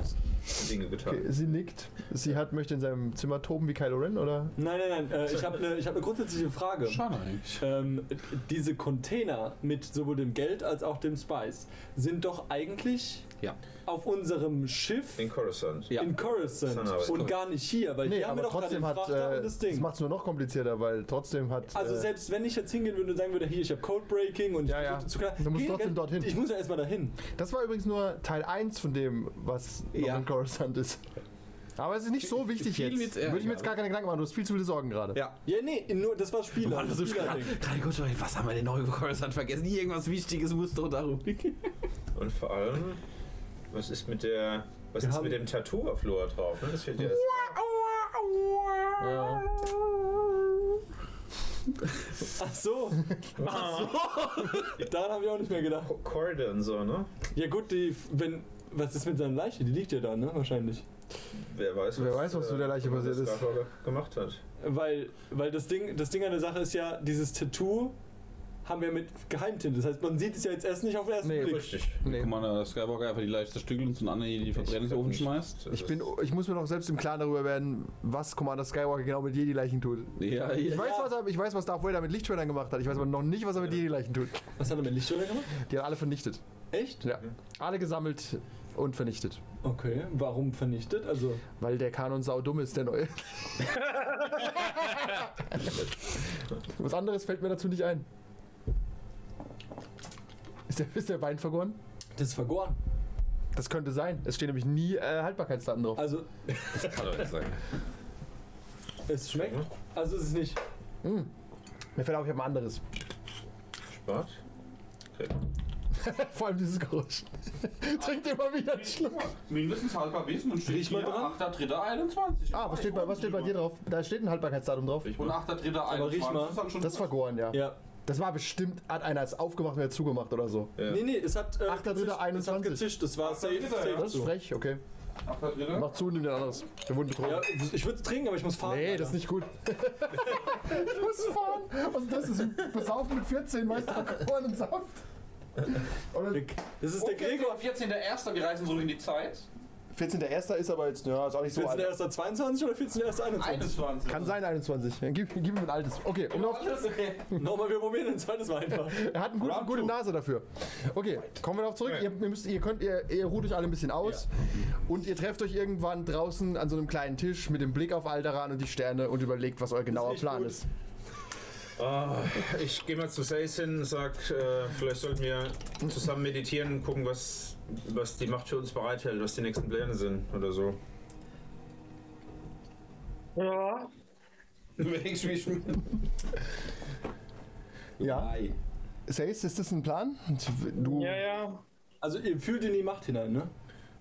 Speaker 4: Dinge getan.
Speaker 1: Mhm. Okay, sie nickt. Sie hat, möchte in seinem Zimmer toben wie Kylo Ren, oder?
Speaker 3: Nein, nein, nein. Äh, ich habe eine hab ne grundsätzliche Frage.
Speaker 2: Schade eigentlich.
Speaker 3: Ähm, diese Container mit sowohl dem Geld als auch dem Spice sind doch eigentlich
Speaker 2: Ja.
Speaker 3: auf unserem Schiff
Speaker 4: In Coruscant.
Speaker 2: Ja.
Speaker 3: in Coruscant
Speaker 4: Sanaa,
Speaker 3: und
Speaker 4: korrekt.
Speaker 3: gar nicht hier, weil
Speaker 1: Nee,
Speaker 3: hier haben wir
Speaker 1: aber
Speaker 3: doch gerade
Speaker 1: trotzdem
Speaker 3: den
Speaker 1: hat.
Speaker 3: Frachter
Speaker 1: Äh,
Speaker 3: und
Speaker 1: das
Speaker 3: das Ding.
Speaker 1: macht es nur noch komplizierter, weil trotzdem hat.
Speaker 3: Also
Speaker 1: äh,
Speaker 3: selbst wenn ich jetzt hingehen würde und sagen würde, hier, ich habe Codebreaking und
Speaker 1: Ja,
Speaker 3: ich
Speaker 1: ja.
Speaker 3: versuchte zu klar,
Speaker 1: Du musst
Speaker 3: Geh,
Speaker 1: trotzdem
Speaker 3: geh,
Speaker 1: dorthin.
Speaker 3: Ich muss ja erstmal dahin.
Speaker 1: Das war übrigens nur Teil 1 von dem, was noch
Speaker 2: Ja.
Speaker 1: in Coruscant ist. Aber es ist nicht so wichtig
Speaker 2: Vielen
Speaker 1: jetzt.
Speaker 2: wird's eher
Speaker 1: Würde ich mir
Speaker 2: egal.
Speaker 1: jetzt gar keine Gedanken machen, du hast viel zu viele Sorgen gerade.
Speaker 2: Ja.
Speaker 3: Ja, nee, nur das war Spieler.
Speaker 2: Mann, das ist
Speaker 3: Spieler
Speaker 2: gerade gerade kurz, überlegt, was haben wir denn noch über Coruscant vergessen? Irgendwas Wichtiges muss doch [LAUGHS] darum gehen.
Speaker 4: Und vor allem, was ist mit der. Was ist
Speaker 3: haben-
Speaker 4: mit dem Tattoo auf Loa drauf? Ne? Das fehlt jetzt.
Speaker 1: Ja.
Speaker 3: Ach so. Ach so. [LAUGHS] Daran habe ich auch nicht mehr gedacht.
Speaker 4: Corridor und so, ne?
Speaker 3: Ja gut, die, wenn, was ist mit seiner Leiche? Die liegt ja da, ne? Wahrscheinlich.
Speaker 4: Wer weiß, äh,
Speaker 1: Wer weiß, was mit der Leiche passiert ist.
Speaker 4: Skywalker gemacht hat.
Speaker 3: Weil, weil das, Ding, das Ding an der Sache ist ja, dieses Tattoo haben wir mit Geheimtinte. Das heißt, man sieht es ja jetzt erst nicht auf den ersten
Speaker 1: Nee,
Speaker 3: Blick.
Speaker 4: Richtig.
Speaker 1: Nee.
Speaker 2: Guck mal, der Skywalker einfach die Leiche zerstückelt und zum anderen in den Verbrennungsofen schmeißt.
Speaker 1: Ich, bin, ich muss mir noch selbst im Klaren darüber werden, was Commander Skywalker genau mit Jedi-Leichen tut.
Speaker 2: Ja, [LAUGHS] ja.
Speaker 1: Ich weiß, was er, ich weiß, was Darth Vader mit Lichtschwertern gemacht hat. Ich weiß aber noch nicht, was er mit Jedi-Leichen tut.
Speaker 3: Was hat er mit Lichtschwerter gemacht?
Speaker 1: Die hat alle vernichtet.
Speaker 3: Echt?
Speaker 1: Ja. Alle gesammelt und vernichtet.
Speaker 3: Okay, warum vernichtet? Also,
Speaker 1: Weil der Kanon sau dumm ist, der
Speaker 2: [LAUGHS]
Speaker 1: neue. was anderes fällt mir dazu nicht ein. Ist der, ist der Wein vergoren?
Speaker 3: das ist vergoren.
Speaker 1: Das könnte sein. Es stehen nämlich nie äh, Haltbarkeitsdaten drauf.
Speaker 3: Also,
Speaker 2: Das kann doch nicht sein.
Speaker 3: es schmeckt, also ist es ist nicht.
Speaker 1: Mir fällt auf, ich habe ein anderes. [LAUGHS]
Speaker 4: Spart.
Speaker 1: Vor allem dieses Geräusch. Trinkt immer wieder einen Schluck.
Speaker 2: Mindestens halber Wesen und
Speaker 3: Riech mal dran.
Speaker 2: 8.3.21.
Speaker 1: Ah, was steht, bei, was steht bei dir drauf? Da steht ein Haltbarkeitsdatum drauf.
Speaker 4: Ich
Speaker 2: Und
Speaker 4: mach.
Speaker 2: 8.3.21
Speaker 3: riech mal.
Speaker 2: ist dann schon
Speaker 1: Das ist vergoren, ja.
Speaker 3: Ja.
Speaker 1: Das war bestimmt, hat einer es aufgemacht und wieder zugemacht oder so.
Speaker 4: Ja.
Speaker 3: Nee, nee, es hat. Äh,
Speaker 1: Achter,
Speaker 3: gezischt,
Speaker 1: dritter,
Speaker 3: es hat
Speaker 1: 21.
Speaker 3: gezischt, das war safe.
Speaker 5: dritter,
Speaker 3: safe
Speaker 5: ja.
Speaker 1: Das ist
Speaker 3: so.
Speaker 1: frech, okay.
Speaker 5: 8.3.
Speaker 1: Mach zu und nimm dir ein anderes. Wir wurden
Speaker 3: Ja,
Speaker 1: betrogen.
Speaker 3: ich würde es trinken, aber ich muss fahren.
Speaker 1: Nee,
Speaker 3: Alter.
Speaker 1: das ist nicht gut. ich muss fahren. Was ist das? Das ist besaufen mit 14, weißt du, Alkohol und Saft. Oder
Speaker 3: Das ist der Gregor.
Speaker 5: 14.01. Wir reisen zurück in die Zeit.
Speaker 1: 14.01. ist aber jetzt, ja, ist auch nicht so alt.
Speaker 3: 14.01.22 oder 14.01.21?
Speaker 5: 21.
Speaker 1: Kann sein, 21. Dann gib, gib ihm ein altes. Okay, um noch,
Speaker 3: Nochmal, wir probieren ein zweites Mal einfach.
Speaker 1: er hat eine gute, gute Nase dafür. Okay, kommen wir darauf zurück. Ihr, ihr, müsst, ihr, könnt, ihr, ihr ruht euch alle ein bisschen aus und ihr trefft euch irgendwann draußen an so einem kleinen Tisch mit dem Blick auf Alderan und die Sterne und überlegt, was euer genauer
Speaker 3: nicht
Speaker 1: Plan
Speaker 3: gut.
Speaker 1: ist.
Speaker 4: Ah, ich gehe mal zu Sace hin und sag, äh, vielleicht sollten wir zusammen meditieren und gucken, was, was die Macht für uns bereithält, was die nächsten Pläne sind oder so.
Speaker 5: Ja.
Speaker 2: Wächst mich mit.
Speaker 1: Ja, Sace, ist das ein Plan? Du,
Speaker 5: Ja, ja.
Speaker 3: Also, ihr fühlt in die Macht hinein, ne?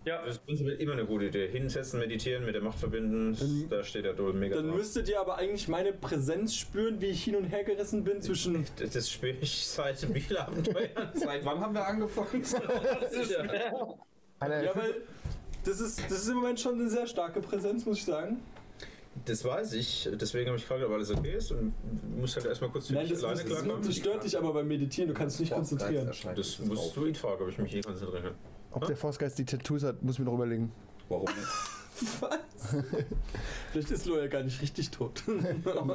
Speaker 5: Ja,
Speaker 4: Das ist prinzipiell immer eine gute Idee. Hinsetzen, meditieren, mit der Macht verbinden, da steht der Dol mega
Speaker 3: Dann
Speaker 4: drauf.
Speaker 3: müsstet ihr aber eigentlich meine Präsenz spüren, wie ich hin und her gerissen bin zwischen.
Speaker 4: Das- Das spüre [LAUGHS] ich seit dem Spielabenteuer.
Speaker 2: Seit wann haben wir [LAUGHS] angefangen?
Speaker 1: Alter,
Speaker 3: Ja, weil das ist, das ist im Moment schon eine sehr starke Präsenz, muss ich sagen.
Speaker 4: Das weiß ich, deswegen habe ich gefragt, ob alles okay ist und muss halt erstmal kurz für
Speaker 3: Nein,
Speaker 4: mich
Speaker 3: das,
Speaker 4: alleine
Speaker 3: das,
Speaker 4: klarkommen.
Speaker 3: das stört dich aber beim Meditieren, du kannst dich nicht konzentrieren.
Speaker 4: Das musst du ihn fragen, ob ich mich je konzentrieren kann.
Speaker 1: ob der Forstgeist die Tattoos hat, muss ich mir noch überlegen.
Speaker 2: Warum nicht?
Speaker 3: Was? [LAUGHS] Vielleicht ist Loel gar nicht
Speaker 1: [LAUGHS]
Speaker 3: richtig tot.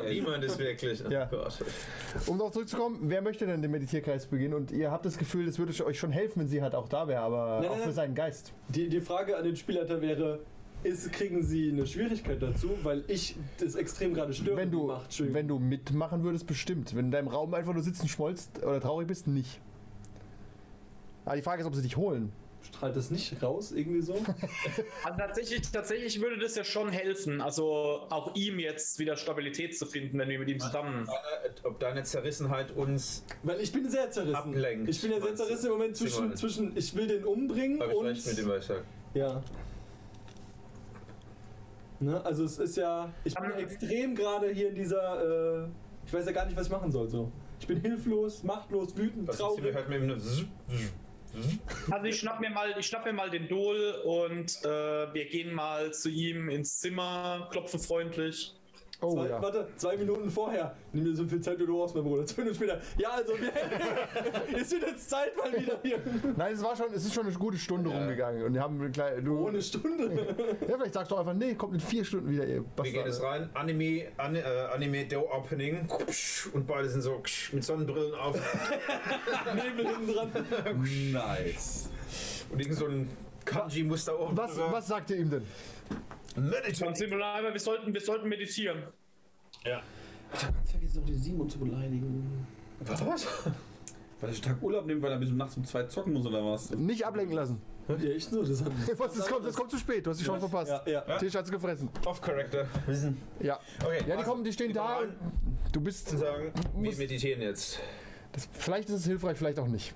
Speaker 4: Niemand ist wirklich.
Speaker 1: Ja.
Speaker 4: Oh Gott.
Speaker 1: Um darauf zurückzukommen, wer möchte denn den Meditierkreis beginnen? Und ihr habt das Gefühl, es würde euch schon helfen, wenn sie halt auch da wäre, aber
Speaker 3: Nein,
Speaker 1: auch
Speaker 3: nein,
Speaker 1: für
Speaker 3: nein.
Speaker 1: seinen Geist.
Speaker 3: Die, die Frage an den Spielleiter wäre, ist, kriegen sie eine Schwierigkeit dazu, weil ich das extrem gerade störe.
Speaker 1: Wenn du,
Speaker 3: macht
Speaker 1: wenn du mitmachen würdest, bestimmt. Wenn in deinem Raum einfach nur sitzen schmolzt oder traurig bist, nicht. Aber die Frage ist, ob sie dich holen.
Speaker 3: Strahlt das nicht raus irgendwie so?
Speaker 5: Also tatsächlich, tatsächlich würde das ja schon helfen, also auch ihm jetzt wieder Stabilität zu finden, wenn wir mit ihm zusammen.
Speaker 4: Ob deine Zerrissenheit uns.
Speaker 3: Weil ich bin sehr zerrissen.
Speaker 4: Abgelenkt,
Speaker 3: Ich bin ja sehr
Speaker 4: meinst du?
Speaker 3: zerrissen im Moment zwischen,
Speaker 4: Simon.
Speaker 3: zwischen ich will den umbringen
Speaker 4: Hab ich
Speaker 3: und.
Speaker 4: recht mit dem, was ich sag.
Speaker 3: Ja. Ne? Also es ist ja. Ich bin ja extrem gerade hier in dieser. Äh, ich weiß ja gar nicht, was ich machen soll. So. Ich bin hilflos, machtlos, wütend,
Speaker 4: Was ist hier?
Speaker 3: traurig.
Speaker 4: Hört mir eben nur. Zzzz, zzzz.
Speaker 5: Also ich schnapp mir mal, ich schnapp mir mal den Dol und äh, wir gehen mal zu ihm ins Zimmer, klopfen freundlich.
Speaker 1: Oh
Speaker 3: zwei,
Speaker 1: ja.
Speaker 3: Warte, zwei Minuten vorher. Nimm dir so viel Zeit, wie du brauchst, mein Bruder. Zwei Minuten später. Ja, also wir, [LAUGHS] es wird jetzt Zeit mal wieder hier.
Speaker 1: Nein, es war schon, es ist schon eine gute Stunde rumgegangen und wir haben eine kleine. Du,
Speaker 3: Ohne Oh, Stunde.
Speaker 1: ja, vielleicht sagst du einfach, nee, kommt in vier Stunden wieder, ihr
Speaker 4: Wir gehen jetzt
Speaker 1: Bastarde.
Speaker 4: rein. Anime, an, äh, Anime, der Opening. Und beide sind so mit Sonnenbrillen auf.
Speaker 3: Nebel hinten dran.
Speaker 2: Nice.
Speaker 4: Und irgend so ein Kanji-Muster oben.
Speaker 1: Was,
Speaker 4: drüber.
Speaker 1: was sagt ihr ihm denn?
Speaker 5: Von
Speaker 4: Meditate.
Speaker 5: Simulaimer, wir sollten, wir sollten meditieren.
Speaker 4: Ja.
Speaker 3: Vergiss noch den Simon zu beleidigen.
Speaker 4: Was?
Speaker 2: Weil ich einen Tag Urlaub nehmen, weil er bis um nachts um zwei zocken muss oder was?
Speaker 1: Nicht ablenken lassen.
Speaker 3: Hört ihr echt so? Das hat
Speaker 1: Was, das, kommt, das kommt zu spät, du hast die Chance verpasst.
Speaker 3: ja, ja.
Speaker 1: Tisch hat's gefressen.
Speaker 4: Off-Character. Wissen.
Speaker 1: Ja.
Speaker 4: Okay.
Speaker 1: Ja, die
Speaker 3: Also,
Speaker 1: kommen, die stehen da.
Speaker 4: rein.
Speaker 1: und Du bist.
Speaker 4: und sagen, wir
Speaker 1: musst-
Speaker 4: meditieren jetzt.
Speaker 1: Das, vielleicht ist es hilfreich, vielleicht auch nicht.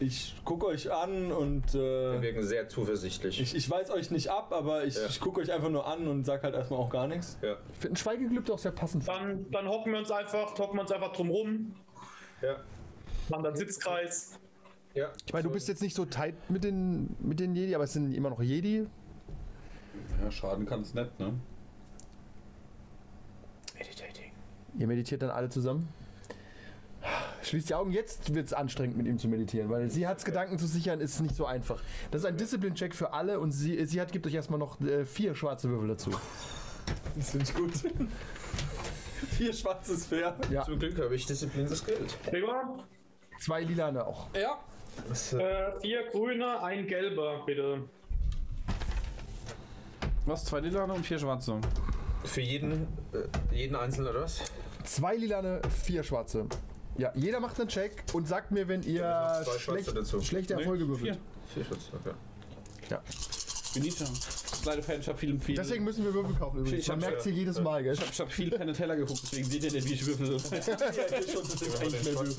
Speaker 3: Ich gucke euch an und
Speaker 4: Wir
Speaker 3: äh,
Speaker 4: wirken sehr zuversichtlich.
Speaker 3: ich, ich weiß euch nicht ab, aber ich,
Speaker 4: Ja.
Speaker 3: ich gucke euch einfach nur an und sag halt erstmal auch gar nichts. [LAUGHS]
Speaker 4: ja.
Speaker 1: Ich finde ein Schweigegelübde auch sehr passend.
Speaker 5: Dann, dann hocken wir uns einfach, hocken wir uns einfach drum rum,
Speaker 4: Ja.
Speaker 5: machen dann Sitzkreis.
Speaker 4: Ja.
Speaker 1: Ich meine, du bist jetzt nicht so tight mit den, mit den Jedi, aber es sind immer noch Jedi.
Speaker 2: Ja, schaden kann es nicht, ne?
Speaker 4: Meditating.
Speaker 1: Ihr meditiert dann alle zusammen. Schließt die Augen, jetzt wird es anstrengend mit ihm zu meditieren, weil sie hat's Gedanken zu sichern, ist nicht so einfach. Das ist ein Discipline-Check für alle und sie, sie hat, gibt euch erstmal noch äh, vier schwarze Würfel dazu.
Speaker 3: Das finde ich gut. Vier schwarzes Pferd.
Speaker 1: Ja,
Speaker 4: Zum Glück habe ich Disziplin das Geld.
Speaker 5: Gregor,
Speaker 1: zwei lilane auch.
Speaker 3: Ja.
Speaker 5: äh, vier grüne, ein gelber, bitte.
Speaker 2: Was? Zwei Lilane und um vier Schwarze.
Speaker 4: Für jeden, äh, jeden Einzelnen oder was?
Speaker 1: Zwei lilane, vier schwarze. Ja, jeder macht einen Check und sagt mir, wenn ihr
Speaker 4: noch zwei schwarze
Speaker 1: schlecht,
Speaker 4: dazu.
Speaker 1: schlechte Erfolge würfelt.
Speaker 4: Vier Schutz, okay.
Speaker 2: Benita. Leider Fan, ich hab viel, [LAUGHS] viel.
Speaker 1: Deswegen müssen wir Würfel kaufen übrigens.
Speaker 2: Ich
Speaker 1: Man
Speaker 2: hab's
Speaker 1: merkt
Speaker 4: ja.
Speaker 1: hier jedes Mal, gell?
Speaker 2: ich hab viel Penn Teller geguckt, deswegen seht ihr nicht, wie ich würfel.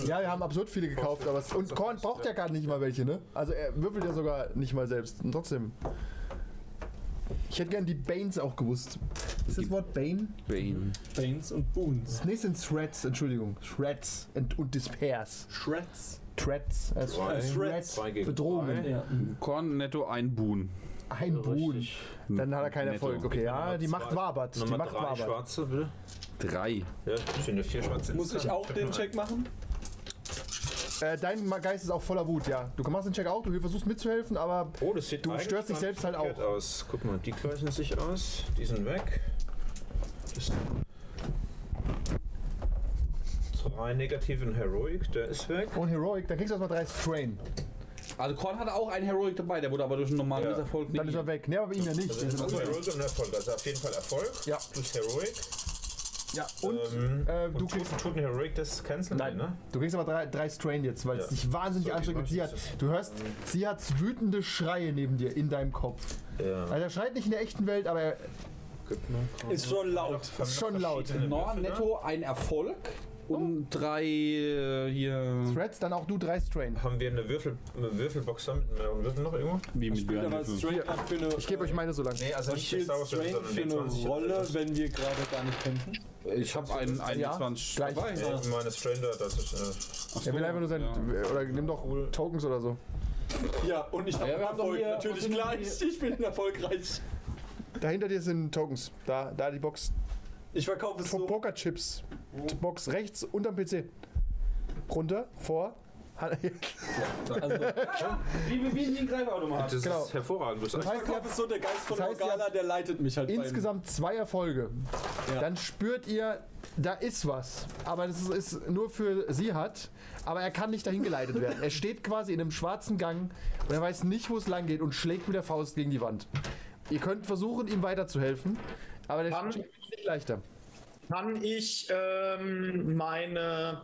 Speaker 1: Ja, wir haben absurd viele gekauft, aber es, und Korn braucht ja gar nicht mal welche, ne? Also er würfelt ja sogar nicht mal selbst. Und trotzdem. Ich hätte gern die Banes auch gewusst. Ist das Wort Bane?
Speaker 2: Bane.
Speaker 3: Banes und Boons.
Speaker 1: Nee, es sind Threads, Entschuldigung. Threads und, und Despairs.
Speaker 3: Shreds.
Speaker 1: Threads. Also
Speaker 4: Drei.
Speaker 1: Threads.
Speaker 4: Zwei gegen
Speaker 1: Bedrohungen.
Speaker 3: Ja.
Speaker 2: Korn netto ein Boon.
Speaker 1: Ein Boon. Dann hat er keinen
Speaker 2: Netto.
Speaker 1: Erfolg. Okay, ja, die Macht
Speaker 4: zwei.
Speaker 1: wabert. Die
Speaker 4: Nochmal
Speaker 1: Macht
Speaker 4: drei
Speaker 1: wabert.
Speaker 4: schwarze, bitte.
Speaker 2: Drei.
Speaker 4: Ja, schöne vier schwarze.
Speaker 3: Muss ich auch den Check machen?
Speaker 1: Äh, dein Geist ist auch voller Wut, ja. Du machst den Check auch, du versuchst mitzuhelfen, aber
Speaker 4: Oh, das sieht
Speaker 1: Du
Speaker 4: eigentlich
Speaker 1: störst dich
Speaker 4: gar
Speaker 1: selbst
Speaker 4: nicht
Speaker 1: halt
Speaker 4: verkehrt
Speaker 1: auch.
Speaker 4: Aus. Guck mal, die gleichen sich aus. Die sind weg. Das drei negativen Heroic, der ist weg.
Speaker 1: und Heroic, dann kriegst du erstmal drei Strain.
Speaker 2: Also Korn hatte auch einen Heroic dabei, der wurde aber durch einen normalen
Speaker 4: Ja.
Speaker 2: Misserfolg
Speaker 1: Dann ist er weg. Ne, aber ihn ja nicht.
Speaker 4: Also, also Heroic und Erfolg. Also auf jeden Fall Erfolg.
Speaker 1: Ja.
Speaker 4: Plus Heroic.
Speaker 1: Ja, und
Speaker 4: ähm,
Speaker 1: äh,
Speaker 4: und
Speaker 1: du
Speaker 4: du
Speaker 1: kriegst.
Speaker 4: tut, tut ein Heroic das canceln?
Speaker 1: Nein,
Speaker 4: ne?
Speaker 1: du kriegst aber drei, drei Strain jetzt, weil es
Speaker 4: Ja.
Speaker 1: dich wahnsinnig
Speaker 4: So, die
Speaker 1: anstrengt. und Sie hat,
Speaker 4: Maus ist
Speaker 1: du hörst, sie hat wütende Schreie neben dir in deinem Kopf.
Speaker 4: Ja.
Speaker 1: Also er schreit nicht in der echten Welt, aber er,
Speaker 4: Gib mal. komm.
Speaker 3: Ist schon laut.
Speaker 4: Haben wir noch
Speaker 1: schon laut.
Speaker 4: verschiedene
Speaker 2: Korn
Speaker 4: Würfel, ne?
Speaker 2: netto ein Erfolg und drei äh, hier.
Speaker 1: Threads, dann auch du drei Strain.
Speaker 4: Haben wir eine, Würfel, eine Würfelbox da mit mehreren Würfeln noch irgendwo?
Speaker 2: Wie mit
Speaker 3: Spielt aber straight up für eine.
Speaker 1: Ich gebe euch meine so lange.
Speaker 4: Nee, also
Speaker 3: Was
Speaker 4: nicht die
Speaker 3: spielt
Speaker 4: Star Wars Würfel,
Speaker 3: straight
Speaker 4: sondern
Speaker 3: für
Speaker 4: die
Speaker 3: eine
Speaker 4: 20.
Speaker 3: Rolle, wenn wir gerade gar nicht kämpfen?
Speaker 2: Ich habe einen 21
Speaker 1: gleich.
Speaker 2: dabei.
Speaker 4: Nee, meine Stranger, das ist. äh,
Speaker 2: Ach
Speaker 1: Er will
Speaker 2: so,
Speaker 1: einfach nur sein.
Speaker 2: ja.
Speaker 1: Oder nimm doch Tokens oder so.
Speaker 3: Ja, und ich habe
Speaker 2: Ja, wir haben doch
Speaker 3: Erfolg.
Speaker 2: hier- was
Speaker 3: Natürlich
Speaker 2: sind
Speaker 3: gleich. Ich bin erfolgreich.
Speaker 1: Da hinter dir sind Tokens. Da, da die Box.
Speaker 3: Ich verkaufe es so.
Speaker 1: Pokerchips. Die Box rechts unterm PC. Runter, vor. Halt, Hat,
Speaker 2: Also, wie, wie, wie ein Greifautomat.
Speaker 4: Das
Speaker 1: Genau.
Speaker 4: ist hervorragend. Das
Speaker 1: das heißt, ihr
Speaker 3: Kopf
Speaker 1: habt
Speaker 3: ist so der Geist von
Speaker 1: Das heißt, ihr
Speaker 3: Organa, der leitet mich halt. bei ihm.
Speaker 1: insgesamt zwei Erfolge. Dann spürt ihr, da ist was. Aber das ist, ist nur für sie hat. Aber er kann nicht dahin geleitet werden. Er steht quasi in einem schwarzen Gang und er weiß nicht, wo es lang geht und schlägt mit der Faust gegen die Wand. Ihr könnt versuchen, ihm weiterzuhelfen, aber der
Speaker 5: Wann-
Speaker 1: Schicksal wird nicht leichter.
Speaker 5: Kann ich ähm, meine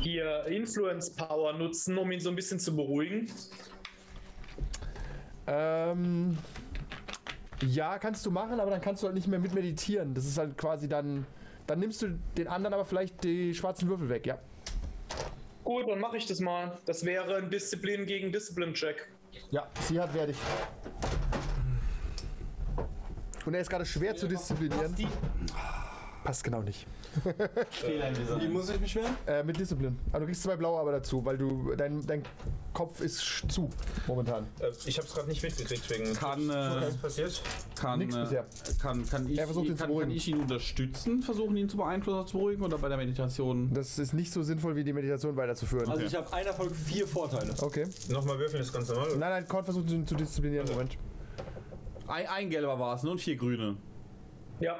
Speaker 5: hier Influence Power nutzen, um ihn so ein bisschen zu beruhigen?
Speaker 1: Ähm, ja, kannst du machen, aber dann kannst du halt nicht mehr mit meditieren. Das ist halt quasi dann. Dann nimmst du den anderen aber vielleicht die schwarzen Würfel weg, ja.
Speaker 5: Gut, dann mache ich das mal. Das wäre ein Disziplin gegen Discipline Check.
Speaker 1: Ja, sie hat werde ich. Und er ist gerade schwer zu disziplinieren. Passt genau nicht.
Speaker 3: Wie muss ich mich wehren?
Speaker 1: Äh, mit Disziplin. Aber du kriegst zwei blaue aber dazu, weil du dein, dein Kopf ist sch- zu momentan.
Speaker 4: Äh, Ich hab's gerade nicht mitgekriegt wegen.
Speaker 2: Kann, äh,
Speaker 4: Was passiert?
Speaker 2: kann,
Speaker 1: Nix
Speaker 2: äh,
Speaker 1: bisher.
Speaker 2: kann, kann, ich,
Speaker 1: Er versucht ihn zu
Speaker 2: kann, kann
Speaker 1: beruhigen.
Speaker 2: ich ihn unterstützen, versuchen ihn zu beeinflussen, oder zu beruhigen oder bei der Meditation?
Speaker 1: Das ist nicht so sinnvoll, wie die Meditation weiterzuführen.
Speaker 3: Also ich habe einen Erfolg, vier Vorteile.
Speaker 1: Okay.
Speaker 4: Nochmal würfeln ist ganz normal.
Speaker 1: Nein, nein, Cord versucht ihn zu disziplinieren. Moment.
Speaker 2: Ein, ein gelber war es, ne? Und vier grüne.
Speaker 5: Ja.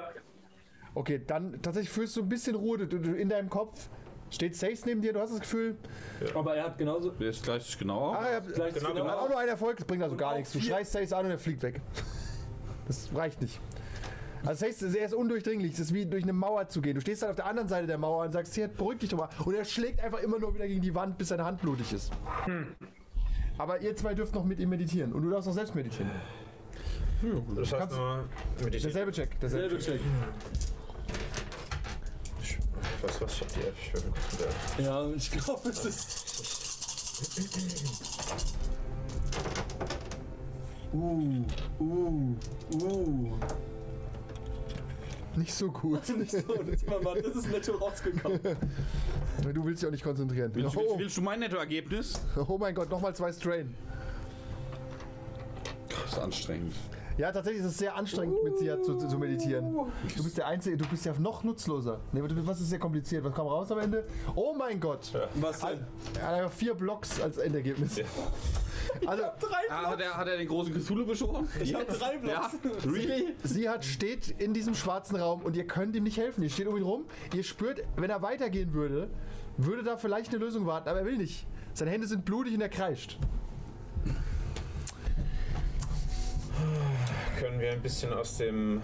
Speaker 1: Okay, dann tatsächlich fühlst du ein bisschen Ruhe. Du, du, in deinem Kopf steht Safe neben dir. Du hast das Gefühl,
Speaker 3: Aber er hat genauso.
Speaker 2: Der ist gleich genau.
Speaker 1: ah, er hat
Speaker 3: Gleich
Speaker 4: Genau,
Speaker 3: genau
Speaker 4: genau.
Speaker 1: auch nur einen Erfolg. Das bringt also
Speaker 3: Und
Speaker 1: gar
Speaker 3: auch
Speaker 1: nichts. Du
Speaker 3: vier-
Speaker 1: schreist Safe an und er fliegt weg. Das reicht nicht. Also das heißt, er ist undurchdringlich. Das ist wie durch eine Mauer zu gehen. Du stehst dann auf der anderen Seite der Mauer und sagst, hier, beruhig dich doch mal. Und er schlägt einfach immer nur wieder gegen die Wand, bis seine Hand blutig ist.
Speaker 3: Hm.
Speaker 1: Aber ihr zwei dürft noch mit ihm meditieren. Und du darfst noch selbst meditieren.
Speaker 4: Das heißt
Speaker 1: Kannst-
Speaker 4: nochmal. meditieren.
Speaker 1: Derselbe Check. Derselbe.
Speaker 3: Selbe Check.
Speaker 4: Was, was? Ich hab die App. Ich würfel kurz mit der App.
Speaker 3: Ja, ich glaube, es ist. Uh, uh, uh.
Speaker 1: Nicht so gut.
Speaker 3: Nicht so, das ist, mal, das ist netto rausgekommen.
Speaker 1: Du willst dich auch nicht konzentrieren.
Speaker 2: Willst, du-
Speaker 1: Oh,
Speaker 2: willst du mein Nettoergebnis?
Speaker 1: oh mein Gott, nochmal zwei Strain.
Speaker 2: Das ist anstrengend.
Speaker 1: Ja, tatsächlich ist es sehr anstrengend, mit dir zu, zu meditieren. Du bist der Einzige, du bist ja noch nutzloser. Nee, du- was ist sehr kompliziert? Was kam raus am Ende? Oh mein Gott!
Speaker 3: Was denn?
Speaker 1: Er hat einfach vier Blocks als Endergebnis. [LAUGHS] Also,
Speaker 3: Drei
Speaker 2: Ah, hat, er, hat er den großen Cthulhu beschworen?
Speaker 3: Ich hab drei
Speaker 2: Ja,
Speaker 3: Blocks.
Speaker 2: really?
Speaker 1: sie hat, steht in diesem schwarzen Raum und ihr könnt ihm nicht helfen. Ihr steht um ihn rum. Ihr spürt, wenn er weitergehen würde, würde da vielleicht eine Lösung warten, aber er will nicht. Seine Hände sind blutig und er kreischt.
Speaker 4: Können wir ein bisschen aus dem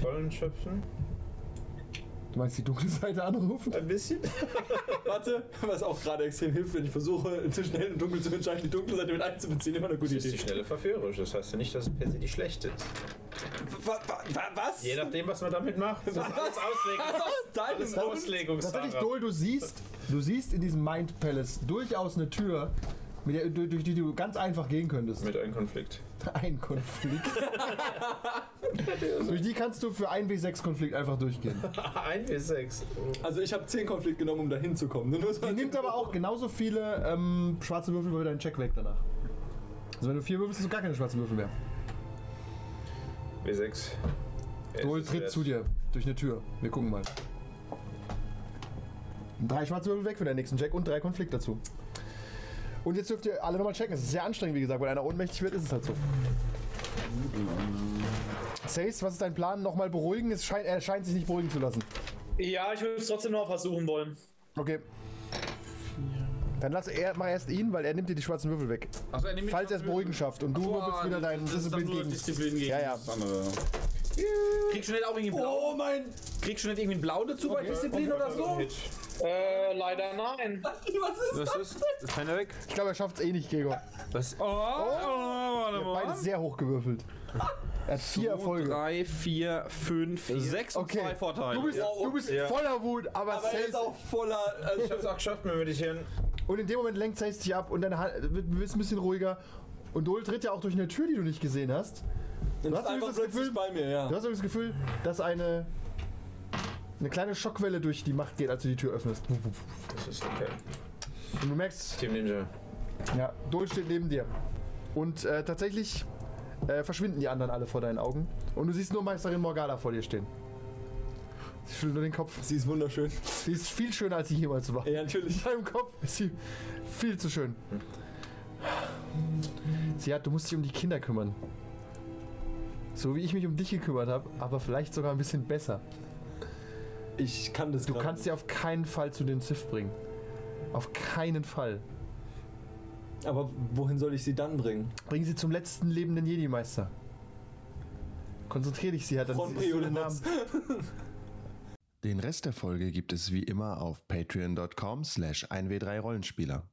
Speaker 4: Vollen schöpfen?
Speaker 1: Du meinst die dunkle Seite anrufen?
Speaker 4: Ein bisschen?
Speaker 3: Warte, was auch gerade extrem hilft, wenn ich versuche, zu schnell und dunkel zu entscheiden, die dunkle Seite mit einzubeziehen, immer eine gute
Speaker 4: Das ist die
Speaker 3: Idee.
Speaker 4: schnelle verführerisch. Das heißt ja nicht, dass es per se die schlechte ist.
Speaker 3: Wa wa wa was?
Speaker 4: Je nachdem, was man damit macht. Das ist alles Auslegung.
Speaker 3: Aus deinem
Speaker 4: Alles
Speaker 3: Mund?
Speaker 4: Auslegung,
Speaker 1: Tatsächlich,
Speaker 4: Sarah.
Speaker 1: Dol, du siehst, du siehst in diesem Mind Palace durchaus eine Tür, mit der, durch, durch die du ganz einfach gehen könntest.
Speaker 4: Mit einem Konflikt.
Speaker 1: [LAUGHS] Ein Konflikt. durch die kannst du für 1W6 Konflikt einfach durchgehen.
Speaker 4: 1 bis 6.
Speaker 3: Also ich habe 10 Konflikt genommen, um da hinzukommen. Nur so
Speaker 1: Die nimmt aber auch genauso viele ähm, schwarze Würfel über deinen Check weg danach. Also wenn du vier würfelst, hast du gar keine schwarzen Würfel mehr.
Speaker 4: W6.
Speaker 1: Dol tritt zu dir durch eine Tür. Wir gucken mal. Drei schwarze Würfel weg für deinen nächsten Check und drei Konflikt dazu. Und jetzt dürft ihr alle nochmal checken. Es ist sehr anstrengend, wie gesagt, weil einer ohnmächtig wird, ist es halt so. Sace, was ist dein Plan? Nochmal beruhigen? Es scheint, er scheint sich nicht beruhigen zu lassen.
Speaker 5: Ja, ich würde es trotzdem noch versuchen wollen.
Speaker 1: Okay. Dann lass er, mach erst ihn, weil er nimmt dir die schwarzen Würfel weg.
Speaker 2: Also, er nimmt
Speaker 1: Falls er es beruhigen schafft und du würfelst wieder deinen
Speaker 2: Das ist dann
Speaker 1: Disziplin
Speaker 2: nur
Speaker 1: gegen.
Speaker 2: Disziplin gegen
Speaker 1: Ja, ja.
Speaker 2: das andere. Kriegst du nicht auch irgendwie blau?
Speaker 3: Oh mein...
Speaker 2: Kriegst du nicht irgendwie blau dazu bei Disziplin oder so?
Speaker 4: Hit.
Speaker 5: Äh, leider nein.
Speaker 3: Was ist
Speaker 4: Was ist? Ist keiner weg?
Speaker 1: Ich glaube, er schafft es eh nicht, Gregor.
Speaker 4: Was?
Speaker 2: Oh, warte
Speaker 1: Beide sehr hoch gewürfelt. Er hat vier Erfolge.
Speaker 2: 3, 4, 5, 6 und
Speaker 1: Okay.
Speaker 2: 2 Vorteile.
Speaker 1: Du bist,
Speaker 3: Ja.
Speaker 1: du bist
Speaker 4: Ja.
Speaker 1: voller Wut, aber,
Speaker 3: Aber er
Speaker 1: Sace.
Speaker 3: ist auch voller... Also
Speaker 4: Ich hab's auch geschafft mit Meditieren.
Speaker 1: Und in dem Moment lenkt Sace dich ab und deine Hand wird wird ein bisschen ruhiger. Und Dol tritt ja auch durch eine Tür, die du nicht gesehen hast.
Speaker 3: du
Speaker 1: hast
Speaker 3: bist
Speaker 1: du
Speaker 3: einfach
Speaker 1: das
Speaker 3: plötzlich
Speaker 1: Gefühl-
Speaker 3: bei mir, ja.
Speaker 1: Du hast übrigens das Gefühl, dass eine, eine kleine Schockwelle durch die Macht geht, als du die Tür öffnest. Und
Speaker 4: Das ist okay.
Speaker 1: du merkst,
Speaker 4: Team Ninja.
Speaker 1: ja, Dol steht neben dir. Und äh, tatsächlich äh, verschwinden die anderen alle vor deinen Augen. Und du siehst nur Meisterin Morgana vor dir stehen. Sie schüttelt nur den Kopf.
Speaker 3: Sie ist wunderschön.
Speaker 1: Sie ist viel schöner, als sie jemals war.
Speaker 3: Ja, natürlich.
Speaker 1: In deinem Kopf ist sie viel zu schön. Sie hat, du musst dich um die Kinder kümmern. So wie ich mich um dich gekümmert habe, aber vielleicht sogar ein bisschen besser.
Speaker 3: Ich kann das
Speaker 1: Du
Speaker 3: gerade
Speaker 1: kannst sie auf keinen Fall zu den Ziff bringen. Auf keinen Fall.
Speaker 3: nicht. Aber wohin soll ich sie dann bringen?
Speaker 1: Bring sie zum letzten lebenden Jedi-Meister. Konzentrier dich, sie hat dann
Speaker 3: Von
Speaker 1: sie- sie-
Speaker 3: Brio oder
Speaker 1: den
Speaker 3: was?
Speaker 6: Den Rest der Folge gibt es wie immer auf patreon.com slash 1w3rollenspieler.